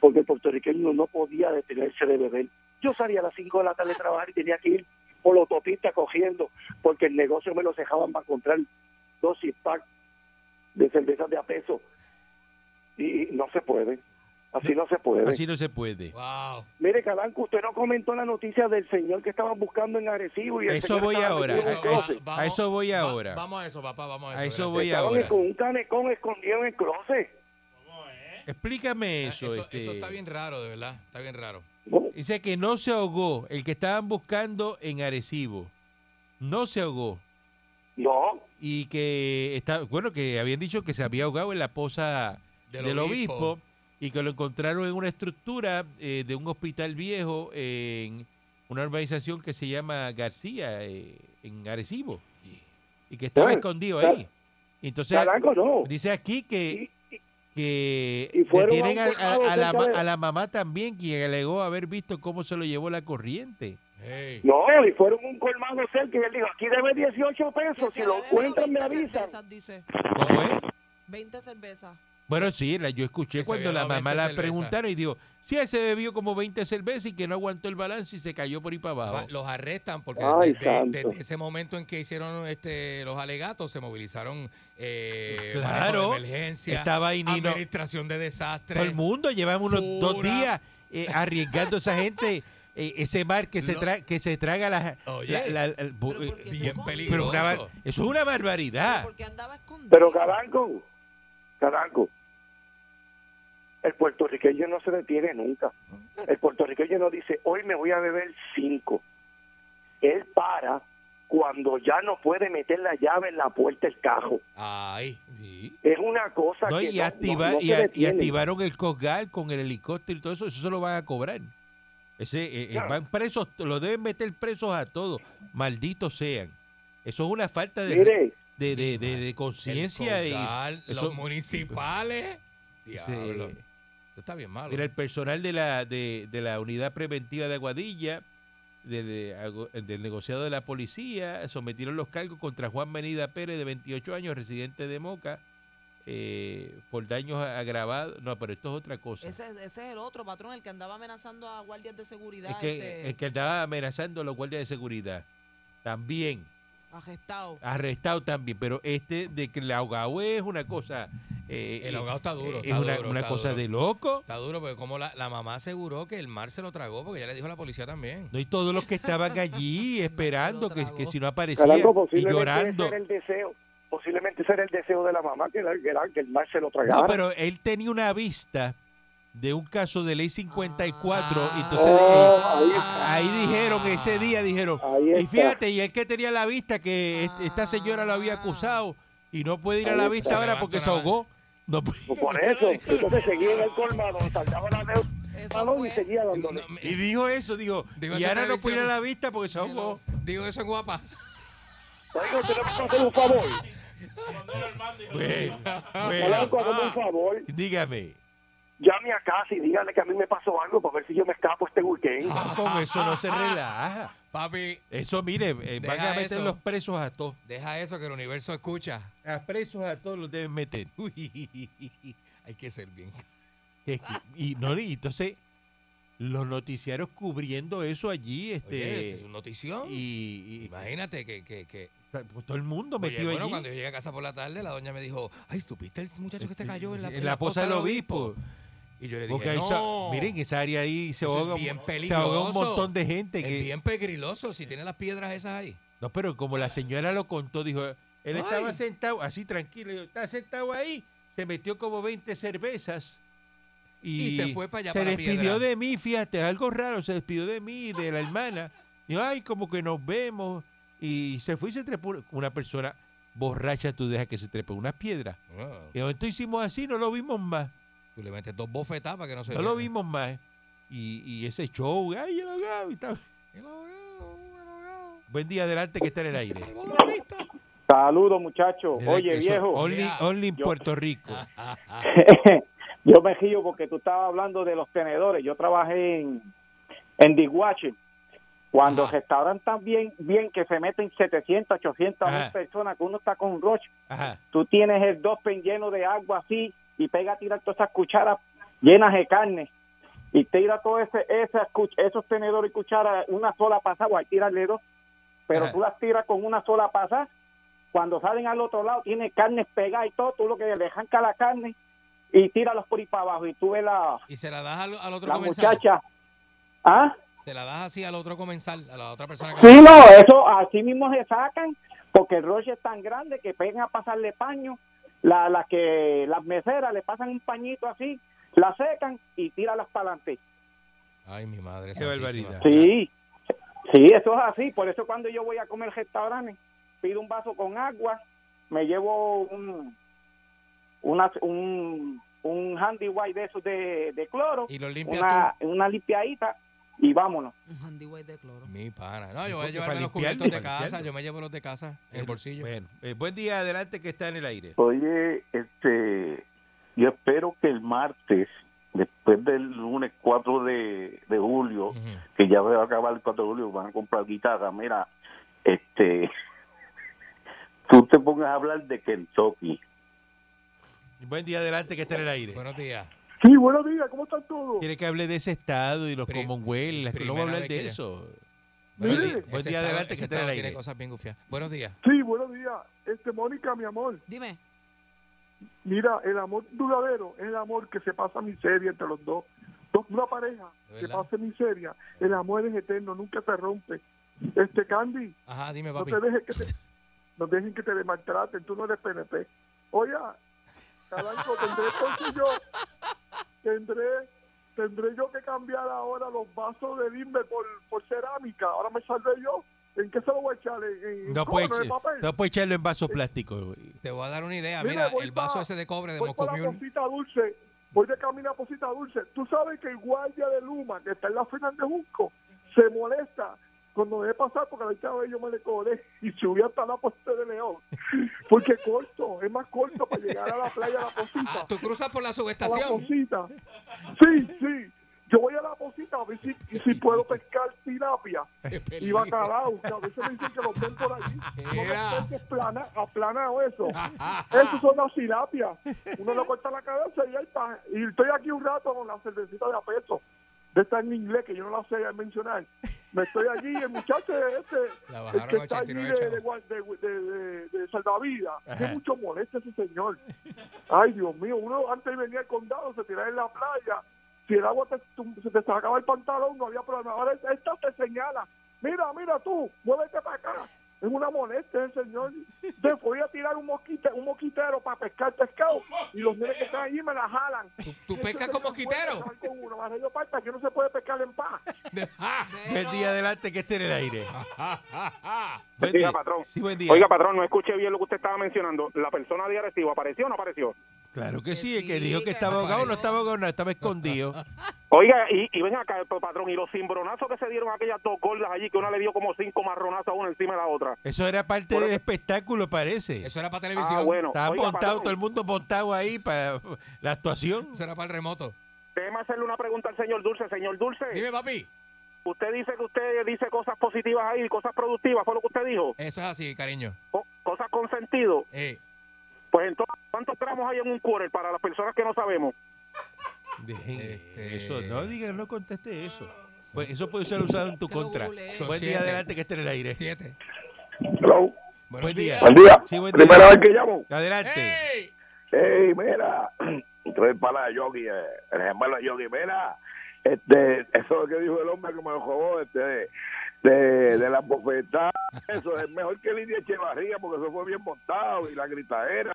porque el puertorriqueño no podía detenerse de beber. Yo salía a las 5 de la tarde a trabajar y tenía que ir por la autopista cogiendo, porque el negocio me lo dejaban para comprar dos six pack de cervezas de a peso. Y no se puede, así no se puede. Así no se puede. Wow. Mire, Calanco, usted no comentó la noticia del señor que estaban buscando en Arecibo. Y el Eso señor voy estaba ahora. metido en A, un a- closet. vamos- a eso voy Va- ahora. vamos a eso, papá, vamos a eso. A eso gracias. Ah, voy Estaban ahora. con un canecón escondido en el closet. Explícame eso. Ah, eso, este. eso está bien raro, de verdad. Está bien raro. ¿no? Dice que no se ahogó el que estaban buscando en Arecibo. No se ahogó. No, Y que está, bueno, que habían dicho que se había ahogado en la poza del, obispo. y que lo encontraron en una estructura eh, de un hospital viejo en una organización que se llama García, eh, en Arecibo, y que estaba Bueno, escondido claro. ahí. Entonces, Calanco no. dice aquí que, Y- que y fueron a un detienen a, a- colgado a la, cerca ma- de- a la mamá también, quien alegó haber visto cómo se lo llevó la corriente. Eh. Hey. No, y fueron un colmado cerca y él dijo, aquí debe 18 Que pesos, si se lo le debe encuentran me 20 avisan. cervezas, dice. ¿Cómo es? 20 cervezas. Bueno, sí, la, yo escuché Que se cuando bebió la 20 mamá la cervezas. preguntaron y dijo, sí, él se bebió como 20 cervezas y que no aguantó el balance y se cayó por ahí para Va- abajo. Los arrestan porque Ay, desde, santo. desde ese momento en que hicieron este, los alegatos se movilizaron eh, Claro. manejo de emergencia, Estaba ahí Nino. administración de desastres. Todo el mundo lleva unos dos Fura. días eh, arriesgando a esa gente, eh, ese mar que se, Lo- tra- que se traga las... Oye. la- la- la- bu- Pero ¿por qué eh, se bien pone? pero una bar- peligroso. eso es una barbaridad. Porque andaba escondido. Pero Caranco, Caranco, el puertorriqueño no se detiene nunca. El puertorriqueño no dice, hoy me voy a beber cinco. Él para cuando ya no puede meter la llave en la puerta del cajo. Ahí. Sí. Es una cosa No, que y, no- no- activa- no se y a- y detiene. activaron el COSGAL con el helicóptero y todo eso, eso se lo van a cobrar. Ese, eh, eh, Claro. Van presos, lo deben meter presos a todos, malditos sean. Eso es una falta de, Mire, de, de, de- de El conciencia. y- Condal, eso- los municipales. Diablo. Sí. Esto está bien malo. Mira, el personal de la, de, de la unidad preventiva de Aguadilla, de- de Agu- del negociado de la policía, sometieron los cargos contra Juan Benida Pérez, de 28 años, residente de Moca, eh, por daños agravados. No, pero esto es otra cosa. Ese, ese es el otro patrón, el que andaba amenazando a guardias de seguridad. es que, este, es que estaba amenazando a los guardias de seguridad. También, Arrestado. arrestado también. Pero este de que el ahogado es una cosa. eh, El ahogado está duro, Es está una, duro, una está cosa duro. de loco. Está duro porque como la, la mamá aseguró que el mar se lo tragó porque ya le dijo a la policía también. No, y todos los que estaban allí esperando que, tragó. que si no aparecía Caranco, y posiblemente llorando. ese era el deseo. Posiblemente ese era el deseo de la mamá, que, la- que, la- que el mar se lo tragara. No, pero él tenía una vista de un caso de ley 54. Ah. y entonces eh, Oh, ahí ahí dijeron, ese día dijeron. Ahí Y está. fíjate, y él que tenía la vista, que est- esta señora lo había Ah. acusado y no puede ir a Ahí la está. vista ahora Levanta porque la se ahogó. No puede- Por eso, entonces seguía en el colmado, saltaba la deuda Eso fue. y seguía dándole. No, me- y dijo eso, dijo, Digo, y eso ahora te no lo puede ir a hicieron. la vista porque se ahogó. digo eso en guapa. Oiga, tenemos que hacer un favor. Bueno, bueno, Caranco, Ah. hazme un favor. dígame, Llame a casa y dígale que a mí me pasó algo para ver si yo me escapo este weekend. no, con eso no se relaja. Papi, Eso, mire, eh, van Deja a meter eso. los presos a todos. deja eso que el universo escucha. A presos a todos los deben meter. Hay que ser bien. Es que- y, no, y entonces, los noticiarios cubriendo eso allí, Oye, esto este. es un notición. y, y- Imagínate que, que, que pues, todo el mundo Oye, metido bueno, allí. cuando yo llegué a casa por la tarde, la doña me dijo, ay, ¿supiste el muchacho que se cayó en la, Este, en la posa del obispo. Y yo le dije, Porque ahí sa- no, miren, esa área ahí se Eso es ahoga, un- bien se ahoga un peligroso. montón de gente. es este que- bien pegriloso si tiene las piedras esas ahí. No, pero como la señora lo contó, dijo, él estaba Ay. sentado, así tranquilo, dijo, está sentado ahí, se metió como 20 cervezas. Y, Y se fue para allá, Se para la despidió piedra. de mí, fíjate, algo raro, se despidió de mí, y de la hermana. Dijo, ay, como que nos vemos. Y se fue y se trepó. Una persona borracha, tú dejas que se trepe una piedra. Ah, Y de momento hicimos así, no lo vimos más. Tú le metes dos bofetadas para que no se No lo vea. vimos más. Y, y ese show, ay, el ahogado", y tal. El ahogado, el ahogado. Buen día, adelante, que está en el aire. Salvó de la vista. Saludos, muchachos. Mira que Oye, eso- viejo, Only, Mira, only en yo- Puerto Rico. Ah, ah, yo me río porque tú estabas hablando de los tenedores. Yo trabajé en, en Diguache. Cuando Ajá. restauran tan bien, bien que se meten 700, 800 mil Ajá. personas, que uno está con un roche, Ajá. tú tienes el dospen lleno de agua así y pega a tirar todas esas cucharas llenas de carne y tira todos ese, esas cuch- esos tenedores y cucharas una sola pasada, o hay que tirarle dos, pero Ajá. tú las tiras con una sola pasada. Cuando salen al otro lado, tiene carne pegada y todo, tú lo que le arranca la carne y tíralos por ahí para abajo. Y tú ves la, Y se la das al, al otro la comensal. muchacha. ¿Ah? Se la das así al otro comensal, a la otra persona que Sí, no, eso así mismo se sacan porque el roche es tan grande que pegan a pasarle paño, la, la que las meseras le pasan un pañito así, la secan y tíralas para adelante. Ay, mi madre. Qué santísima. barbaridad. Sí, sí, eso es así. Por eso cuando yo voy a comer restaurantes, pido un vaso con agua, me llevo un una, un, un handy white de esos de, de cloro, Y lo limpias una, una limpiadita y vámonos. Un handy white de cloro. tú. Mi pana. No, yo voy a Porque llevarme los para limpiarlo, cubiertos de para casa. limpiarlo. Yo me llevo los de casa en el bolsillo. Bueno, eh, buen día, adelante, que está en el aire. Oye, este, yo espero que el martes después del lunes 4 de, de julio, Ujú. que ya va a acabar el 4 de julio, van a comprar guitarra. Mira, este, tú te pongas a hablar de Kentucky. Buen día adelante que esté en el aire. Buenos días. Sí, buenos días, ¿cómo están todos? Quiere que hable de ese estado y los Pri- Commonwealth. las- No voy a primera hablar vez de que ya- eso. Buenos Sí. días. Buen Ese día estado- adelante, ese que esté en el estado aire. Tiene cosas bien gufiadas. Buenos días. Sí, buenos días. Este, Mónica, mi amor, Dime. mira, el amor duradero es el amor que se pasa miseria entre los dos. Dos- Una pareja ¿De que verdad? pasa miseria, el amor es eterno, nunca se rompe. Este, Candy, Ajá, dime, no papi. te dejes que te, no dejen que te maltraten, tú no eres PNP. Oiga, Calanco, tendré entonces yo, tendré, tendré yo que cambiar ahora los vasos de limbe por, por cerámica, ahora me salvé yo. ¿En qué se lo voy a echar? ¿En, en No cobre puede, de papel? no puede echarlo en vaso plástico. Te voy a dar una idea. Mira, Mira, voy el vaso pa- ese de cobre de Voy para la Moscomiul. Posita Dulce, voy de camino a Posita Dulce. Tú sabes que el guardia de Luma, que está en la final de Junco, se molesta cuando me ve pasar porque la última vez yo me le cobré y subí hasta la Poste de León. Porque es corto, es más corto para llegar a la playa de la Ah, Posita. tú cruzas por la A la subestación. Posita. Sí, sí. Yo voy a la Posita a ver si, si puedo pescar tilapia Qué y peligro. bacalao, que a veces me dicen que los ven por allí. No me Mira. toques plana, aplanado eso. Eso son las tilapias. Uno le corta la cabeza y ahí está. Y estoy aquí un rato con la cervecita de apeso. De esta en inglés, que yo no la sé mencionar. Me estoy allí, el muchacho es La este, el bajaron que a está allí de, 89 de, chavos. de- de- de- de salvavidas. Qué mucho molesta ese señor. Ay, Dios mío, uno antes de venir al condado se tiraba en la playa. Si el agua te, tum- se te sacaba el pantalón, no había problema. Ahora es- esta te señala. Mira, mira tú, muévete para acá. Es una molestia el señor. Se fue a tirar un, mosquite, un mosquitero para pescar pescado y los nenes que están allí me la jalan. Tú pescas con mosquitero. Con uno, más ellos partan, que no se puede pescar en paz. Buen Pero- día adelante que esté en el aire. Buen Diga, día. patrón. Sí, buen día. Oiga, patrón, no escuché bien lo que usted estaba mencionando. La persona de Arecibo, ¿apareció o no apareció? Claro que Que sí, el que sí, dijo que que estaba no ahogado, no apareció. estaba ahogado, no, estaba escondido. Oiga, y, y ven acá, patrón, y los cimbronazos que se dieron aquellas dos gordas allí, que una le dio como cinco marronazos a una encima de la otra. Eso era parte del espectáculo, parece. Eso era para televisión. Ah, bueno. Estaba Oiga, montado, patrón, todo el mundo montado ahí para la actuación. Eso era para el remoto. déjeme hacerle una pregunta al señor Dulce. Señor Dulce, Dime, papi. usted dice que usted dice cosas positivas ahí, cosas productivas, fue lo que usted dijo. Eso es así, cariño. Co- cosas con sentido. Eh, Pues entonces, ¿cuántos tramos hay en un quarter para las personas que no sabemos? Dejen Este- eso, no digan, no conteste eso. Pues eso puede ser usado en tu Que lo eh. contra. googleé. Buen Son día siete. adelante que esté en el aire. siete. Hello, Buenos Buen días. día. buen día. Sí, buen día. Primera vez que llamo. Adelante. ¡Ey! Hey, mira, tres para Yogi, eh, el hermano de Yogi, mira, este, eso es lo que dijo el hombre que me lo jodó, este, de, de la bofetada, eso es mejor que Lidia Echevarría porque eso fue bien montado y la gritadera.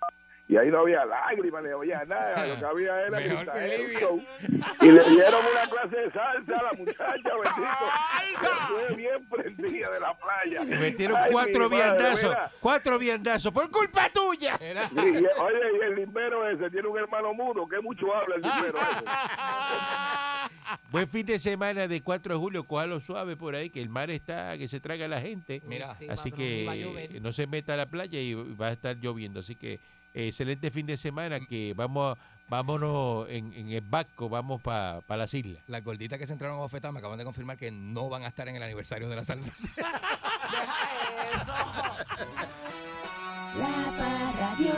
Y ahí no había lágrimas, ni había nada, lo que había era Mejor que gritadera. Lidia. Y le dieron una clase de salsa a la muchacha, bendito. Fue bien prendida de la playa. Le metieron Ay, mi cuatro madre, viandazos. mira. Cuatro viandazos. Por culpa tuya. Era. Sí, y- oye, y el limbero ese tiene un hermano mudo que mucho habla el limbero ese. Buen fin de semana de 4 de julio, cójalo suave por ahí, que el mar está, que se traga la gente. Mira. Sí, así patrón, y va a que llover. no se meta a la playa y va a estar lloviendo. Así que eh, excelente fin de semana, que vamos a- vámonos en, en el barco, vamos para las islas. Las gorditas que se entraron a bofetar me acaban de confirmar que no van a estar en el aniversario de la salsa. Deja eso. La Parradio.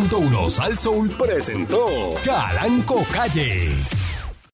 99.1 Sal Soul presentó Calanco Calle.